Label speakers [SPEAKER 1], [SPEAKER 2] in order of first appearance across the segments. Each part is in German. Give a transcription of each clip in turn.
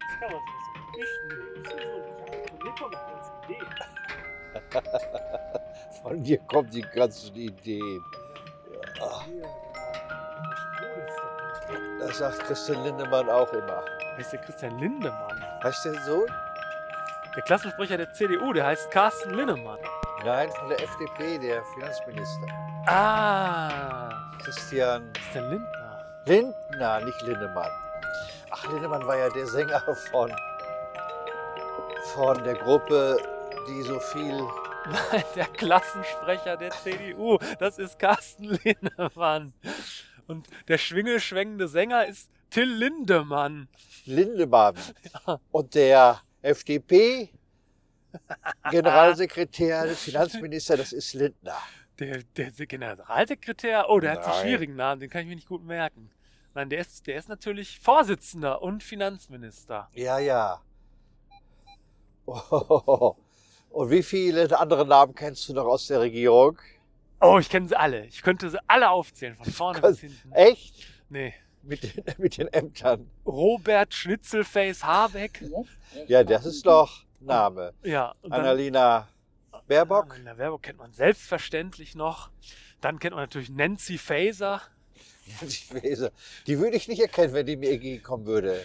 [SPEAKER 1] かもしれないですよ。Ich nehme sowieso nicht an, Nico als Idee.
[SPEAKER 2] Von dir kommen die ganzen Ideen.
[SPEAKER 1] Hier, genau.
[SPEAKER 2] Das sagt Christian Lindemann auch immer.
[SPEAKER 1] Heißt der Christian Lindemann?
[SPEAKER 2] Heißt der so?
[SPEAKER 1] Der Klassensprecher der CDU, der heißt Carsten Linnemann.
[SPEAKER 2] Nein, von der FDP, der Finanzminister.
[SPEAKER 1] Ah,
[SPEAKER 2] Christian
[SPEAKER 1] Christian Lindner.
[SPEAKER 2] Lindner, nicht Lindemann. Ach, Lindemann war ja der Sänger von, von der Gruppe, die so viel.
[SPEAKER 1] Nein, der Klassensprecher der CDU, das ist Carsten Linnemann. Und der schwingelschwängende Sänger ist Till Lindemann.
[SPEAKER 2] Lindemann und der FDP. Generalsekretär, Finanzminister, das ist Lindner.
[SPEAKER 1] Der, der Generalsekretär, oh, der hat
[SPEAKER 2] Nein.
[SPEAKER 1] einen schwierigen Namen, den kann ich mir nicht gut merken. Nein, der ist, der ist natürlich Vorsitzender und Finanzminister.
[SPEAKER 2] Ja, ja. Oh, und wie viele andere Namen kennst du noch aus der Regierung?
[SPEAKER 1] Oh, ich kenne sie alle. Ich könnte sie alle aufzählen, von vorne bis
[SPEAKER 2] Kannst-
[SPEAKER 1] hinten.
[SPEAKER 2] Echt?
[SPEAKER 1] Nee.
[SPEAKER 2] Mit den, mit den Ämtern.
[SPEAKER 1] Robert Schnitzelface Habeck.
[SPEAKER 2] Ja, das ist doch Name.
[SPEAKER 1] Ja, und dann-
[SPEAKER 2] Annalena Baerbock.
[SPEAKER 1] Annalena Baerbock kennt man selbstverständlich noch. Dann kennt man natürlich Nancy Faeser.
[SPEAKER 2] Ich weiß, Die würde ich nicht erkennen, wenn die mir entgegenkommen würde.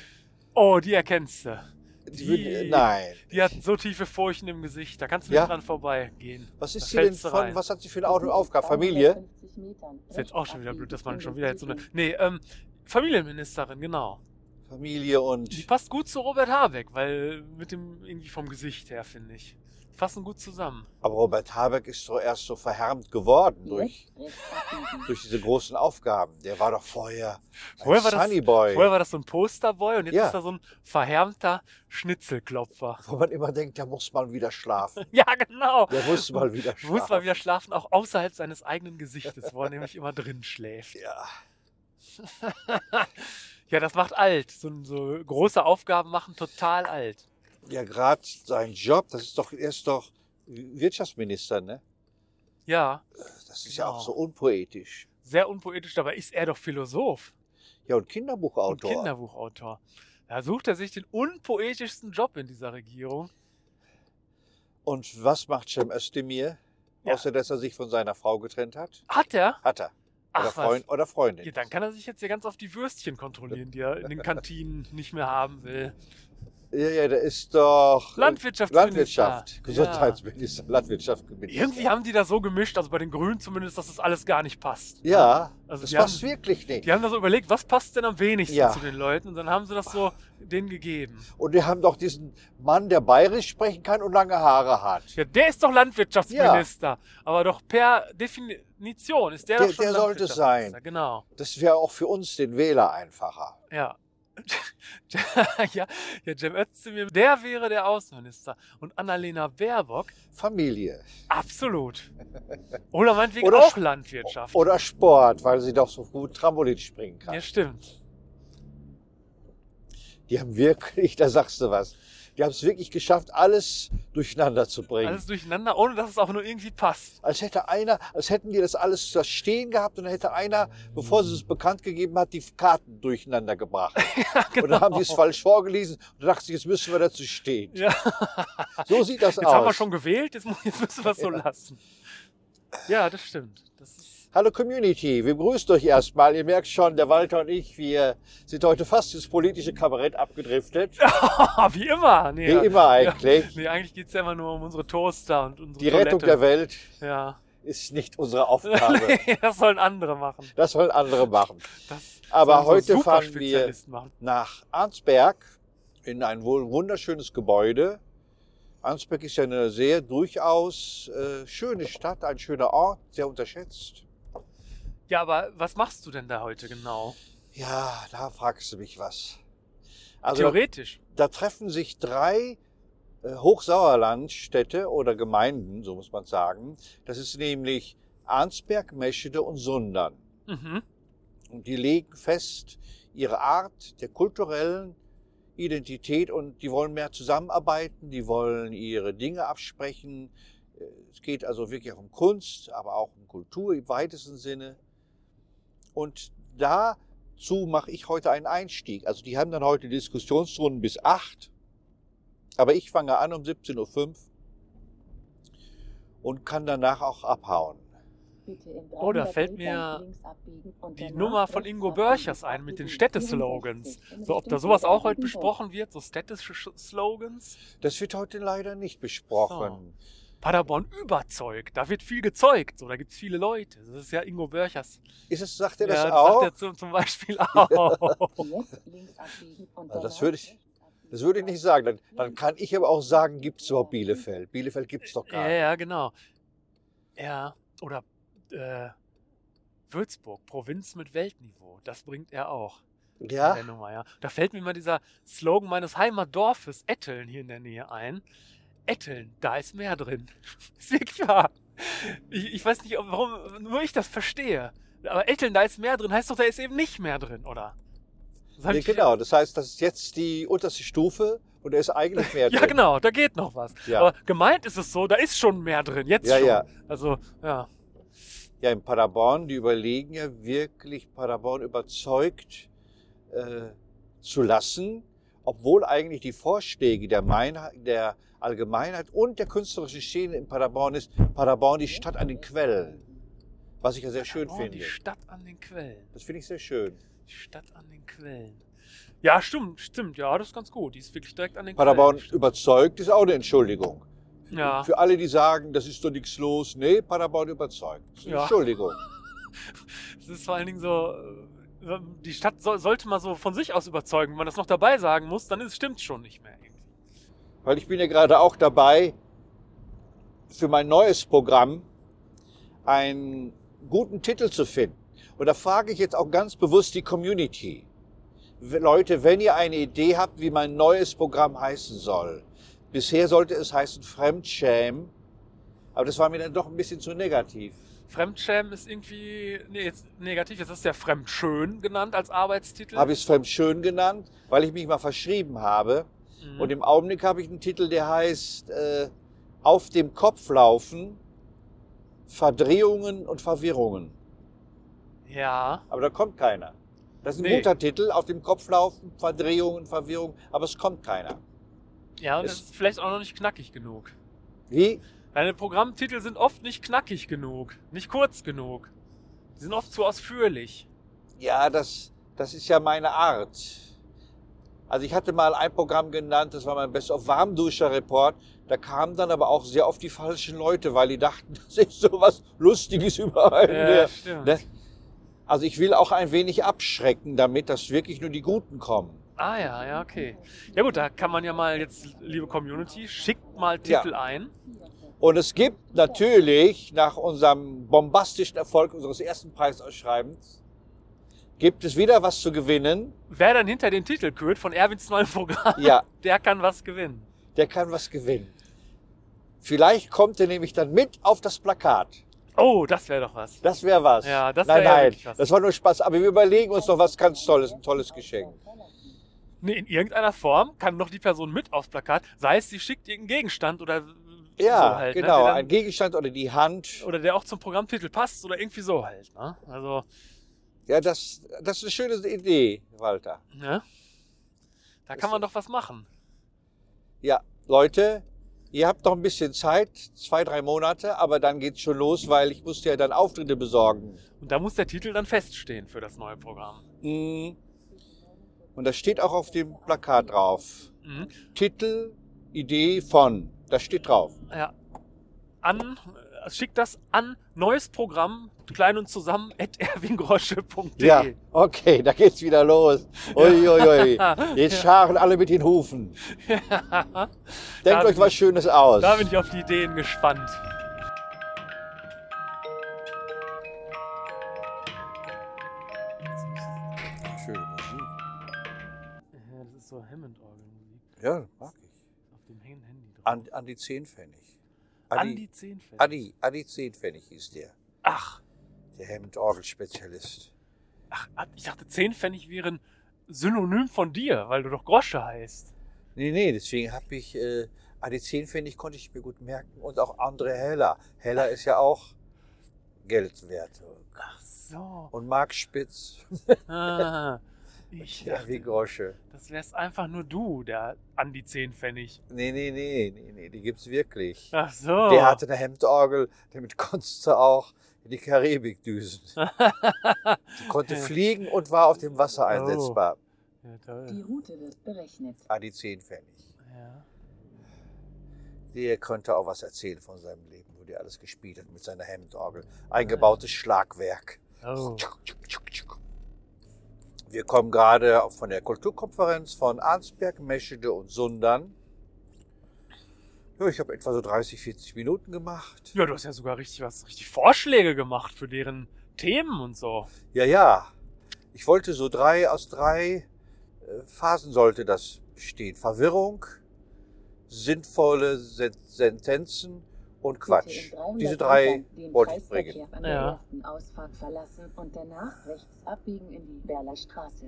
[SPEAKER 1] Oh, die erkennst du.
[SPEAKER 2] Die würde,
[SPEAKER 1] Die-
[SPEAKER 2] nein.
[SPEAKER 1] Die hat so tiefe Furchen im Gesicht, da kannst du
[SPEAKER 2] Ja.
[SPEAKER 1] nicht dran vorbeigehen.
[SPEAKER 2] Was
[SPEAKER 1] da
[SPEAKER 2] ist sie denn
[SPEAKER 1] fällst du
[SPEAKER 2] von,
[SPEAKER 1] rein.
[SPEAKER 2] was hat sie für ein Auto aufgehabt? Familie?
[SPEAKER 1] Ist jetzt auch schon wieder blöd, dass man schon wieder jetzt so eine. Nee, ähm, Familienministerin, genau.
[SPEAKER 2] Familie
[SPEAKER 1] Die
[SPEAKER 2] und
[SPEAKER 1] passt gut zu Robert Habeck, weil mit dem irgendwie vom Gesicht her, finde ich. Die passen gut zusammen.
[SPEAKER 2] aber Robert Habeck ist so erst so verhärmt geworden durch, durch diese großen Aufgaben. Der war doch vorher ein
[SPEAKER 1] Vorher war das-
[SPEAKER 2] Sunny Boy.
[SPEAKER 1] Vorher war das so ein Posterboy und jetzt
[SPEAKER 2] Ja.
[SPEAKER 1] ist er so ein verhärmter Schnitzelklopfer.
[SPEAKER 2] wo man immer denkt, der muss mal wieder schlafen.
[SPEAKER 1] Ja, genau.
[SPEAKER 2] Der muss mal wieder schlafen.
[SPEAKER 1] Muss mal wieder schlafen, auch außerhalb seines eigenen Gesichtes, wo er nämlich immer drin schläft.
[SPEAKER 2] Ja,
[SPEAKER 1] Ja, das macht alt. So, so große Aufgaben machen total alt.
[SPEAKER 2] ja gerade sein Job, das ist doch, er ist doch Wirtschaftsminister, ne?
[SPEAKER 1] Ja,
[SPEAKER 2] Das ist ja
[SPEAKER 1] Genau.
[SPEAKER 2] auch so unpoetisch.
[SPEAKER 1] sehr unpoetisch, dabei ist er doch Philosoph
[SPEAKER 2] Ja, und Kinderbuchautor.
[SPEAKER 1] und Kinderbuchautor. Da sucht er sich den unpoetischsten Job in dieser Regierung.
[SPEAKER 2] Und was macht Cem Özdemir?
[SPEAKER 1] Ja.
[SPEAKER 2] Außer, dass er sich von seiner Frau getrennt hat?
[SPEAKER 1] Hat er?
[SPEAKER 2] Hat er. Oder,
[SPEAKER 1] Ach was.
[SPEAKER 2] Freund, oder Freundin.
[SPEAKER 1] Ja, dann kann er sich jetzt hier ganz auf die Würstchen kontrollieren, die er in den Kantinen nicht mehr haben will.
[SPEAKER 2] ja, ja, der ist doch. äh,
[SPEAKER 1] Landwirtschaftsminister.
[SPEAKER 2] Landwirtschaft.
[SPEAKER 1] Ja.
[SPEAKER 2] Gesundheitsminister, Landwirtschaftsminister.
[SPEAKER 1] Irgendwie haben die das so gemischt, also bei den Grünen zumindest, dass das alles gar nicht passt.
[SPEAKER 2] Ja,
[SPEAKER 1] Also
[SPEAKER 2] das
[SPEAKER 1] die
[SPEAKER 2] passt
[SPEAKER 1] haben-
[SPEAKER 2] wirklich nicht.
[SPEAKER 1] Die haben da so überlegt, was passt denn am wenigsten
[SPEAKER 2] Ja.
[SPEAKER 1] zu den Leuten und dann haben sie das so denen gegeben.
[SPEAKER 2] Und die haben doch diesen Mann, der bayerisch sprechen kann und lange Haare hat.
[SPEAKER 1] Ja, der ist doch Landwirtschaftsminister, aber doch per Definition ist der,
[SPEAKER 2] Der-
[SPEAKER 1] doch schon
[SPEAKER 2] der sollte es sein.
[SPEAKER 1] Landwirtschaftsminister, Genau,
[SPEAKER 2] Das wäre auch für uns, den Wähler, einfacher.
[SPEAKER 1] ja. ja, ja, Cem Özdemir, der wäre der Außenminister. Und Annalena Baerbock,
[SPEAKER 2] Familie.
[SPEAKER 1] absolut. Oder meinetwegen
[SPEAKER 2] Oder
[SPEAKER 1] auch
[SPEAKER 2] Sch-
[SPEAKER 1] Landwirtschaft.
[SPEAKER 2] Oder Sport, weil sie doch so gut Trampolin springen kann.
[SPEAKER 1] ja, stimmt.
[SPEAKER 2] Die haben wirklich, da sagst du was, die haben es wirklich geschafft, alles durcheinander zu bringen.
[SPEAKER 1] Alles durcheinander, ohne dass es auch nur irgendwie passt.
[SPEAKER 2] als hätte einer, als hätten die das alles da stehen gehabt und dann hätte einer, bevor sie es bekannt gegeben hat, die Karten durcheinander gebracht. Und
[SPEAKER 1] genau.
[SPEAKER 2] dann haben die es falsch vorgelesen und dann dachten sie, jetzt müssen wir dazu stehen.
[SPEAKER 1] Ja.
[SPEAKER 2] So sieht das
[SPEAKER 1] Jetzt
[SPEAKER 2] aus.
[SPEAKER 1] haben wir schon gewählt, jetzt, mu- jetzt müssen wir es so
[SPEAKER 2] Ja.
[SPEAKER 1] lassen. Ja, das stimmt. Das ist,
[SPEAKER 2] Hallo Community, wir begrüßen euch erstmal. Ihr merkt schon, der Walter und ich, wir sind heute fast ins politische Kabarett abgedriftet.
[SPEAKER 1] ah, wie immer. Nee, ja.
[SPEAKER 2] Wie immer eigentlich.
[SPEAKER 1] Nee, eigentlich geht es ja immer nur um unsere Toaster und unsere
[SPEAKER 2] Die
[SPEAKER 1] Toilette.
[SPEAKER 2] Rettung der Welt
[SPEAKER 1] Ja.
[SPEAKER 2] ist nicht unsere Aufgabe.
[SPEAKER 1] Nee, das sollen andere machen.
[SPEAKER 2] Das sollen andere machen.
[SPEAKER 1] Das
[SPEAKER 2] Aber
[SPEAKER 1] sollen so
[SPEAKER 2] heute fahren wir
[SPEAKER 1] Superspezialisten machen.
[SPEAKER 2] nach Arnsberg in ein wohl wunderschönes Gebäude. Arnsberg ist ja eine sehr durchaus äh, schöne Stadt, ein schöner Ort, sehr unterschätzt.
[SPEAKER 1] Ja, aber was machst du denn da heute genau?
[SPEAKER 2] Ja, da fragst du mich was. Also da,
[SPEAKER 1] Theoretisch.
[SPEAKER 2] da treffen sich drei äh, Hochsauerlandstädte oder Gemeinden, so muss man sagen. Das ist nämlich Arnsberg, Meschede und Sundern.
[SPEAKER 1] Mhm.
[SPEAKER 2] Und die legen fest ihre Art der kulturellen Identität und die wollen mehr zusammenarbeiten, die wollen ihre Dinge absprechen. Äh, Es geht also wirklich auch um Kunst, aber auch um Kultur im weitesten Sinne. Und da Dazu mache ich heute einen Einstieg. Also die haben dann heute Diskussionsrunden bis 8. Aber ich fange an um 17.05 Uhr und kann danach auch abhauen.
[SPEAKER 3] Bitte in
[SPEAKER 1] Oh, da
[SPEAKER 3] 300
[SPEAKER 1] fällt
[SPEAKER 3] Metern
[SPEAKER 1] mir
[SPEAKER 3] links abbiegen und
[SPEAKER 1] die
[SPEAKER 3] danach
[SPEAKER 1] Nummer von
[SPEAKER 3] rechts
[SPEAKER 1] Ingo
[SPEAKER 3] nach
[SPEAKER 1] Börchers
[SPEAKER 3] links
[SPEAKER 1] ein mit den
[SPEAKER 3] abbiegen.
[SPEAKER 1] Städteslogans.
[SPEAKER 3] 64 in
[SPEAKER 1] So, ob da
[SPEAKER 3] Richtung
[SPEAKER 1] sowas auch heute
[SPEAKER 3] Berlin-Bochum.
[SPEAKER 1] besprochen wird, so städtische Sch- Slogans.
[SPEAKER 2] Das wird heute leider nicht besprochen.
[SPEAKER 1] Paderborn überzeugt, da wird viel gezeugt, so, da gibt's viele Leute. Das ist ja Ingo Börchers.
[SPEAKER 2] Ist es, sagt er das
[SPEAKER 1] ja,
[SPEAKER 2] auch?
[SPEAKER 1] sagt er zum, zum Beispiel auch.
[SPEAKER 3] Jetzt links abbiegen und
[SPEAKER 2] Also das
[SPEAKER 3] danach
[SPEAKER 2] würde ich-
[SPEAKER 3] rechts abbiegen.
[SPEAKER 2] Das würde ich nicht sagen. Dann, dann kann ich aber auch sagen, gibt es überhaupt Bielefeld? Bielefeld gibt es doch gar
[SPEAKER 1] ja,
[SPEAKER 2] nicht.
[SPEAKER 1] ja, genau. Ja, oder äh, Würzburg, Provinz mit Weltniveau, das bringt er auch. in
[SPEAKER 2] Ja,
[SPEAKER 1] der Nummer, ja. Da fällt mir mal dieser Slogan meines Heimatdorfes Etteln hier in der Nähe ein. Etteln, da ist mehr drin. ist wirklich wahr. Ich, ich weiß nicht, ob- warum nur ich das verstehe. Aber Etteln, da ist mehr drin, heißt doch, da ist eben nicht mehr drin, oder? Das hab
[SPEAKER 2] nee,
[SPEAKER 1] ich-
[SPEAKER 2] genau. Das heißt, das ist jetzt die unterste Stufe und da ist eigentlich mehr drin.
[SPEAKER 1] Ja, genau, da geht noch was.
[SPEAKER 2] Ja.
[SPEAKER 1] Aber gemeint ist es so, da ist schon mehr drin, jetzt
[SPEAKER 2] Ja,
[SPEAKER 1] schon.
[SPEAKER 2] ja.
[SPEAKER 1] Also, ja.
[SPEAKER 2] Ja, in Paderborn, die überlegen ja wirklich, Paderborn überzeugt äh, zu lassen, obwohl eigentlich die Vorschläge der, Meinheit, der Allgemeinheit und der künstlerischen Szene in Paderborn ist, Paderborn die Stadt an den Quellen, was ich ja sehr schön
[SPEAKER 1] oh,
[SPEAKER 2] finde.
[SPEAKER 1] die Stadt an den Quellen.
[SPEAKER 2] Das finde ich sehr schön.
[SPEAKER 1] Die Stadt an den Quellen. Ja, stimmt, stimmt. Ja, das ist ganz gut. Die ist wirklich direkt an den
[SPEAKER 2] Paderborn
[SPEAKER 1] Quellen.
[SPEAKER 2] überzeugt ist auch eine Entschuldigung.
[SPEAKER 1] Ja.
[SPEAKER 2] Für alle, die sagen, das ist doch nichts los, nee, Paderborn überzeugt.
[SPEAKER 1] Ja.
[SPEAKER 2] Entschuldigung.
[SPEAKER 1] Es ist vor allen Dingen so, äh, die Stadt soll, sollte mal so von sich aus überzeugen. Wenn man das noch dabei sagen muss, dann stimmt schon nicht mehr. irgendwie.
[SPEAKER 2] Weil ich bin ja gerade auch dabei, für mein neues Programm einen guten Titel zu finden. Und da frage ich jetzt auch ganz bewusst die Community. W- Leute, wenn ihr eine Idee habt, wie mein neues Programm heißen soll. Bisher sollte es heißen Fremdschämen, aber das war mir dann doch ein bisschen zu negativ.
[SPEAKER 1] Fremdschämen ist irgendwie nee, jetzt negativ. Jetzt ist ja Fremdschön genannt als Arbeitstitel.
[SPEAKER 2] Habe ich es Fremdschön genannt, weil ich mich mal verschrieben habe.
[SPEAKER 1] Mhm.
[SPEAKER 2] Und im Augenblick habe ich einen Titel, der heißt äh, Auf dem Kopf laufen, Verdrehungen und Verwirrungen.
[SPEAKER 1] ja,
[SPEAKER 2] Aber da kommt keiner. Das ist ein
[SPEAKER 1] Nee.
[SPEAKER 2] guter Titel, auf dem Kopf laufen, Verdrehungen und Verwirrungen, aber es kommt keiner.
[SPEAKER 1] ja, und
[SPEAKER 2] Es-
[SPEAKER 1] es ist vielleicht auch noch nicht knackig genug.
[SPEAKER 2] Wie?
[SPEAKER 1] Deine Programmtitel sind oft nicht knackig genug, nicht kurz genug. Die sind oft zu ausführlich.
[SPEAKER 2] Ja, das, das ist ja meine Art. Also ich hatte mal ein Programm genannt, das war mein Best of Warmduscher Report. Da kamen dann aber auch sehr oft die falschen Leute, weil die dachten, das ist sowas Lustiges über einen,
[SPEAKER 1] Ja,
[SPEAKER 2] Äh, der
[SPEAKER 1] Äh, stimmt.
[SPEAKER 2] Ne? Also ich will auch ein wenig abschrecken damit, dass wirklich nur die Guten kommen.
[SPEAKER 1] Ah ja, ja, okay. Ja gut, da kann man ja mal jetzt, liebe Community, schickt mal Titel ein.
[SPEAKER 2] Und es gibt natürlich nach unserem bombastischen Erfolg unseres ersten Preisausschreibens, gibt es wieder was zu gewinnen.
[SPEAKER 1] Wer dann hinter den Titel kürt von Erwins neuem Programm,
[SPEAKER 2] Ja,
[SPEAKER 1] der kann was gewinnen.
[SPEAKER 2] der kann was gewinnen. Vielleicht kommt er nämlich dann mit auf das Plakat.
[SPEAKER 1] Oh, das wäre doch was.
[SPEAKER 2] Das wäre was.
[SPEAKER 1] Ja, das
[SPEAKER 2] nein,
[SPEAKER 1] wär ja
[SPEAKER 2] nein,
[SPEAKER 1] wirklich was.
[SPEAKER 2] das war nur Spaß. Aber wir überlegen uns noch was ganz Tolles, ein tolles Geschenk.
[SPEAKER 1] Nee, in irgendeiner Form kann noch die Person mit aufs Plakat, sei es sie schickt irgendeinen Gegenstand oder
[SPEAKER 2] Ja,
[SPEAKER 1] so halt,
[SPEAKER 2] genau,
[SPEAKER 1] ne? der
[SPEAKER 2] ein
[SPEAKER 1] dann,
[SPEAKER 2] Gegenstand oder die Hand.
[SPEAKER 1] oder der auch zum Programmtitel passt oder irgendwie so halt. Ne? Also,
[SPEAKER 2] Ja, das, das ist eine schöne Idee, Walter.
[SPEAKER 1] ne? Da
[SPEAKER 2] Ist
[SPEAKER 1] kann man
[SPEAKER 2] so.
[SPEAKER 1] doch was machen.
[SPEAKER 2] Ja, Leute, ihr habt noch ein bisschen Zeit, zwei, drei Monate, aber dann geht's schon los, weil ich musste ja dann Auftritte besorgen.
[SPEAKER 1] Und da muss der Titel dann feststehen für das neue Programm.
[SPEAKER 2] Mhm. Und das steht auch auf dem Plakat drauf.
[SPEAKER 1] Mhm.
[SPEAKER 2] Titel, Idee von. Das steht drauf.
[SPEAKER 1] Ja. An, äh, schickt das an neues Programm, klein und zusammen, at erwingrosche.de.
[SPEAKER 2] Ja, okay, da geht's wieder los. Uiuiui. Jetzt scharen alle mit den Hufen. Denkt
[SPEAKER 1] Da-
[SPEAKER 2] euch was Schönes aus.
[SPEAKER 1] Da bin ich auf die Ideen gespannt.
[SPEAKER 2] Schöne Musik.
[SPEAKER 1] Ja, das ist so Hammond-Orgelmusik
[SPEAKER 2] Ja, mag ich.
[SPEAKER 1] auf dem Hen- Handy drauf.
[SPEAKER 2] An, an die 10 Pfennig.
[SPEAKER 1] Andi Zehnfeld.
[SPEAKER 2] Adi, Adi 10 Pfennig hieß der.
[SPEAKER 1] Ach,
[SPEAKER 2] Der Hemd-Orgelspezialist.
[SPEAKER 1] ach, ich dachte, Zehnpfennig wären Synonym von dir, weil du doch Grosche heißt.
[SPEAKER 2] Nee, nee, deswegen habe ich äh, AD10, finde ich, konnte ich mir gut merken. Und auch andere Heller. Heller ist ja auch Geldwerte.
[SPEAKER 1] Ach so.
[SPEAKER 2] Und Marc Spitz,
[SPEAKER 1] Ah, ich
[SPEAKER 2] ja, wie
[SPEAKER 1] dachte,
[SPEAKER 2] Grosche.
[SPEAKER 1] das wärst einfach nur du, der Andi 10 Pfennig.
[SPEAKER 2] Nee, nee, nee, nee, nee, die gibt's wirklich.
[SPEAKER 1] Ach so.
[SPEAKER 2] Der hatte eine Hemdorgel, damit konntest du auch in die Karibik düsen. Die konnte fliegen und war auf dem Wasser einsetzbar.
[SPEAKER 1] ja,
[SPEAKER 3] Die
[SPEAKER 1] toll.
[SPEAKER 3] Route wird berechnet.
[SPEAKER 2] Ah, die 10 Pfennig.
[SPEAKER 1] Ja.
[SPEAKER 2] Der könnte auch was erzählen von seinem Leben, wo der alles gespielt hat mit seiner Hemdorgel. Eingebautes Schlagwerk.
[SPEAKER 1] Oh.
[SPEAKER 2] Wir kommen gerade von der Kulturkonferenz von Arnsberg, Meschede und Sundern. Ja, ich habe etwa so 30, 40 Minuten gemacht.
[SPEAKER 1] ja, du hast ja sogar richtig was, richtig Vorschläge gemacht für deren Themen und so.
[SPEAKER 2] Ja, ja. Ich wollte so drei aus drei äh, Phasen sollte das bestehen. Verwirrung, sinnvolle Se Sentenzen und Quatsch.
[SPEAKER 3] Bitte in
[SPEAKER 2] Diese
[SPEAKER 3] 300
[SPEAKER 2] drei
[SPEAKER 3] Metern den
[SPEAKER 2] wollte ich bringen.
[SPEAKER 3] Kreisverkehr an der
[SPEAKER 1] Ja.
[SPEAKER 3] ersten Ausfahrt verlassen und danach rechts abbiegen in die Berler Straße.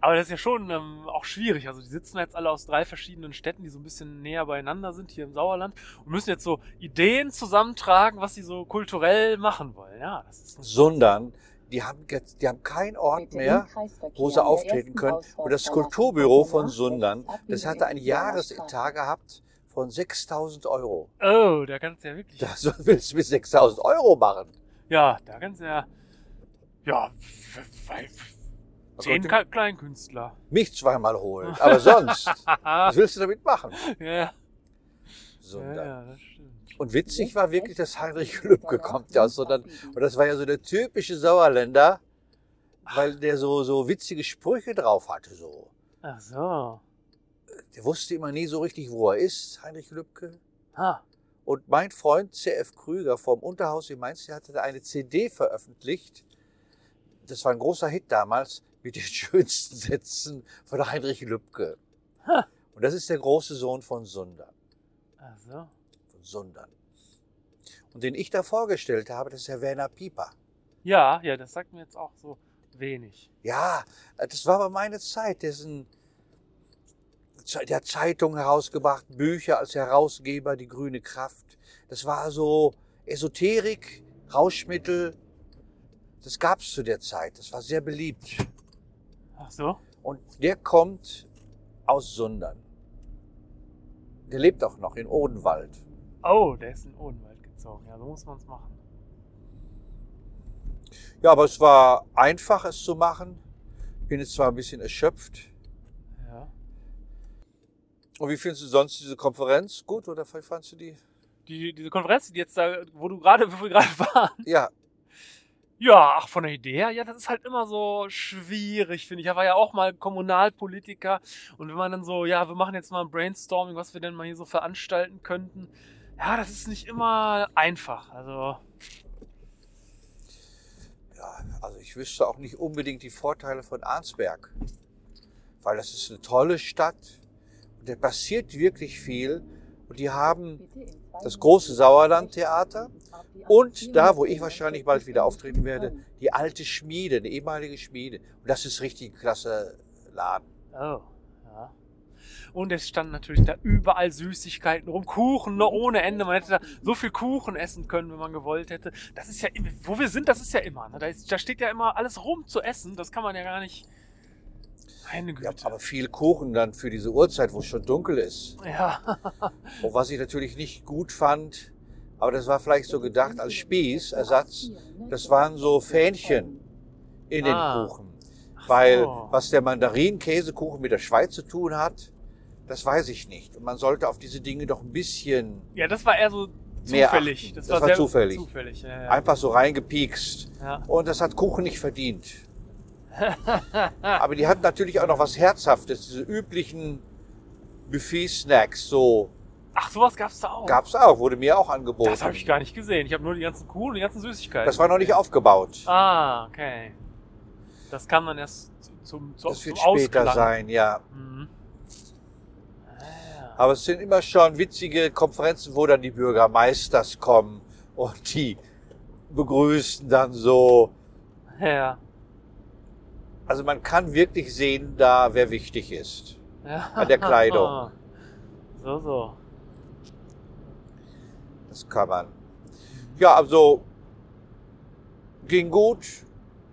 [SPEAKER 1] Aber das ist ja schon ähm, auch schwierig. Also die sitzen jetzt alle aus drei verschiedenen Städten, die so ein bisschen näher beieinander sind hier im Sauerland und müssen jetzt so Ideen zusammentragen, was sie so kulturell machen wollen. Ja, das ist
[SPEAKER 2] Sondern die haben, jetzt, die haben keinen Ort
[SPEAKER 3] Bitte
[SPEAKER 2] mehr,
[SPEAKER 3] im Kreisverkehr
[SPEAKER 2] wo sie
[SPEAKER 3] an der
[SPEAKER 2] auftreten
[SPEAKER 3] ersten
[SPEAKER 2] können.
[SPEAKER 3] Ausfahrt
[SPEAKER 2] Und das
[SPEAKER 3] verlassen
[SPEAKER 2] Kulturbüro
[SPEAKER 3] und
[SPEAKER 2] von
[SPEAKER 3] danach
[SPEAKER 2] Sundern,
[SPEAKER 3] rechts abbiegen
[SPEAKER 2] das hatte
[SPEAKER 3] in
[SPEAKER 2] ein
[SPEAKER 3] die Berler Straße.
[SPEAKER 2] Jahresetat gehabt von 6000 Euro.
[SPEAKER 1] Oh, da kannst du ja wirklich.
[SPEAKER 2] Das willst du mit 6000 Euro machen.
[SPEAKER 1] Ja, da kannst du ja. Ja, weil.
[SPEAKER 2] Da
[SPEAKER 1] Zehn
[SPEAKER 2] könnte
[SPEAKER 1] Ka- Kleinkünstler.
[SPEAKER 2] Mich zweimal holen. Aber sonst,
[SPEAKER 1] Haha.
[SPEAKER 2] was willst du damit machen?
[SPEAKER 1] ja, ja,
[SPEAKER 2] Sundern.
[SPEAKER 1] ja, das stimmt.
[SPEAKER 2] Und witzig war wirklich, dass Heinrich
[SPEAKER 3] Heinrich
[SPEAKER 2] Lübke kommt ja aus Sundern. Und das war ja so der typische Sauerländer, weil der so, so witzige Sprüche drauf hatte. So.
[SPEAKER 1] Ach so.
[SPEAKER 2] Der wusste immer nie so richtig, wo er ist, Heinrich Lübke.
[SPEAKER 1] Ha.
[SPEAKER 2] Und mein Freund CF Krüger vom Unterhaus in Mainz, der hatte da eine CD veröffentlicht. Das war ein großer Hit damals mit den schönsten Sätzen von Heinrich Lübke.
[SPEAKER 1] Ha.
[SPEAKER 2] Und das ist der große Sohn von Sundern.
[SPEAKER 1] Ach so.
[SPEAKER 2] Von Sundern. Und den ich da vorgestellt habe, das ist Herr Werner Pieper.
[SPEAKER 1] Ja, ja, das sagt mir jetzt auch so wenig.
[SPEAKER 2] Ja, äh, das war aber meine Zeit. Der, ist ein, der hat Zeitungen herausgebracht, Bücher als Herausgeber, die grüne Kraft. Das war so Esoterik, Rauschmittel. Das gab's zu der Zeit. Das war sehr beliebt.
[SPEAKER 1] Ach so.
[SPEAKER 2] Und der kommt aus Sundern. Der lebt auch noch in Odenwald.
[SPEAKER 1] Oh, der ist in Odenwald gezogen. Ja, so muss man's machen.
[SPEAKER 2] Ja, aber es war einfach, es zu machen. Bin jetzt zwar ein bisschen erschöpft.
[SPEAKER 1] Ja.
[SPEAKER 2] Und wie findest du sonst diese Konferenz? Gut oder fandst du die?
[SPEAKER 1] Die, diese Konferenz, die jetzt da, wo du gerade, wo wir gerade waren.
[SPEAKER 2] Ja,
[SPEAKER 1] Ja, ach, von der Idee her, ja, das ist halt immer so schwierig, finde ich. Ich war ja auch mal Kommunalpolitiker und wenn man dann so, ja, wir machen jetzt mal ein Brainstorming, was wir denn mal hier so veranstalten könnten. Ja, das ist nicht immer einfach. Also,
[SPEAKER 2] Ja, also ich wüsste auch nicht unbedingt die Vorteile von Arnsberg, weil das ist eine tolle Stadt und da passiert wirklich viel und die haben das große Sauerlandtheater und da, wo ich wahrscheinlich bald wieder auftreten werde, die alte Schmiede, eine ehemalige Schmiede und das ist richtig ein klasse Laden.
[SPEAKER 1] oh, ja. Und es standen natürlich da überall Süßigkeiten rum, Kuchen noch ohne Ende. Man hätte da so viel Kuchen essen können, wenn man gewollt hätte. Das ist ja, im- wo wir sind, das ist ja immer. Ne? Da, ist, da steht ja immer alles rum zu essen. Das kann man ja gar nicht. Meine
[SPEAKER 2] Ja,
[SPEAKER 1] Güte.
[SPEAKER 2] aber viel Kuchen dann für diese Uhrzeit, wo es schon dunkel ist.
[SPEAKER 1] Ja,
[SPEAKER 2] Und was ich natürlich nicht gut fand, aber das war vielleicht so gedacht als Spießersatz,
[SPEAKER 3] ne?
[SPEAKER 2] das waren so Fähnchen in den
[SPEAKER 1] Ah.
[SPEAKER 2] Kuchen. Weil
[SPEAKER 1] so.
[SPEAKER 2] was der Mandarinkäsekuchen mit der Schweiz zu tun hat, das weiß ich nicht. Und man sollte auf diese Dinge doch ein bisschen
[SPEAKER 1] ja, das war eher so
[SPEAKER 2] Mehr
[SPEAKER 1] zufällig.
[SPEAKER 2] achten. Das war
[SPEAKER 1] sehr
[SPEAKER 2] zufällig.
[SPEAKER 1] zufällig. Ja, ja.
[SPEAKER 2] einfach so reingepiekst.
[SPEAKER 1] Ja.
[SPEAKER 2] Und das hat Kuchen nicht verdient. Aber die hatten natürlich auch noch was Herzhaftes, diese üblichen Buffet-Snacks, so
[SPEAKER 1] Ach, sowas gab's da auch.
[SPEAKER 2] gab's auch, wurde mir auch angeboten.
[SPEAKER 1] Oh. das habe ich gar nicht gesehen. Ich habe nur die ganzen Kuchen, die ganzen Süßigkeiten.
[SPEAKER 2] das war noch nicht aufgebaut.
[SPEAKER 1] Ah, okay. Das kann man erst zu- zum, zum,
[SPEAKER 2] das
[SPEAKER 1] zum
[SPEAKER 2] wird später
[SPEAKER 1] Ausklang.
[SPEAKER 2] sein, ja.
[SPEAKER 1] Mhm. Ah,
[SPEAKER 2] Aber es sind immer schon witzige Konferenzen, wo dann die Bürgermeisters kommen und die begrüßen dann so.
[SPEAKER 1] Ja.
[SPEAKER 2] Also man kann wirklich sehen, da wer wichtig ist.
[SPEAKER 1] ja.
[SPEAKER 2] An der Kleidung.
[SPEAKER 1] So, so.
[SPEAKER 2] Das kann man. Ja, also Ging gut.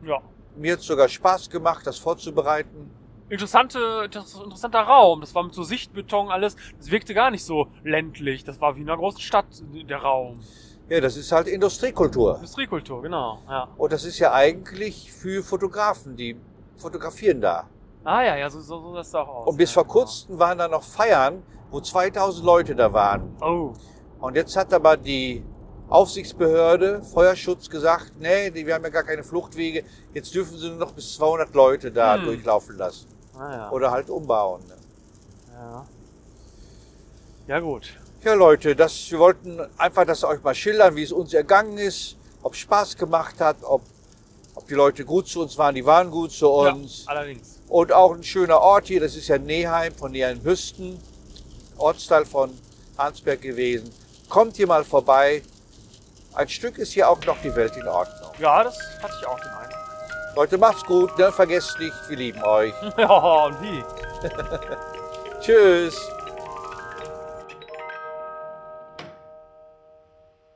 [SPEAKER 1] Ja.
[SPEAKER 2] Mir hat sogar Spaß gemacht, das vorzubereiten.
[SPEAKER 1] Interessante, inter- interessanter Raum. Das war mit so Sichtbeton alles. Das wirkte gar nicht so ländlich. Das war wie in einer großen Stadt, der Raum.
[SPEAKER 2] Ja, das ist halt Industriekultur.
[SPEAKER 1] Industriekultur, genau. Ja.
[SPEAKER 2] Und das ist ja eigentlich für Fotografen, die fotografieren da.
[SPEAKER 1] Ah ja, ja, so, so, so sah es auch aus.
[SPEAKER 2] Und bis
[SPEAKER 1] ja,
[SPEAKER 2] vor
[SPEAKER 1] genau.
[SPEAKER 2] kurzem waren da noch Feiern, wo 2000 Leute da waren.
[SPEAKER 1] Oh,
[SPEAKER 2] Und jetzt hat aber die Aufsichtsbehörde, Feuerschutz gesagt, nee, die- wir haben ja gar keine Fluchtwege, jetzt dürfen sie nur noch bis 200 Leute da
[SPEAKER 1] Hm.
[SPEAKER 2] durchlaufen lassen.
[SPEAKER 1] ah, ja.
[SPEAKER 2] Oder halt umbauen. ne?
[SPEAKER 1] ja. Ja, gut.
[SPEAKER 2] Ja Leute, das, wir wollten einfach das euch mal schildern, wie es uns ergangen ist, ob Spaß gemacht hat, ob, ob die Leute gut zu uns waren, die waren gut zu uns.
[SPEAKER 1] ja, allerdings.
[SPEAKER 2] Und auch ein schöner Ort hier, das ist ja Neheim von Neheim-Hüsten, Ortsteil von Arnsberg gewesen. Kommt hier mal vorbei. Ein Stück ist hier auch noch die Welt in Ordnung.
[SPEAKER 1] Ja, das hatte ich auch den Eindruck.
[SPEAKER 2] Leute, macht's gut, ne? vergesst nicht, wir lieben euch.
[SPEAKER 1] ja, und wie?
[SPEAKER 2] Tschüss.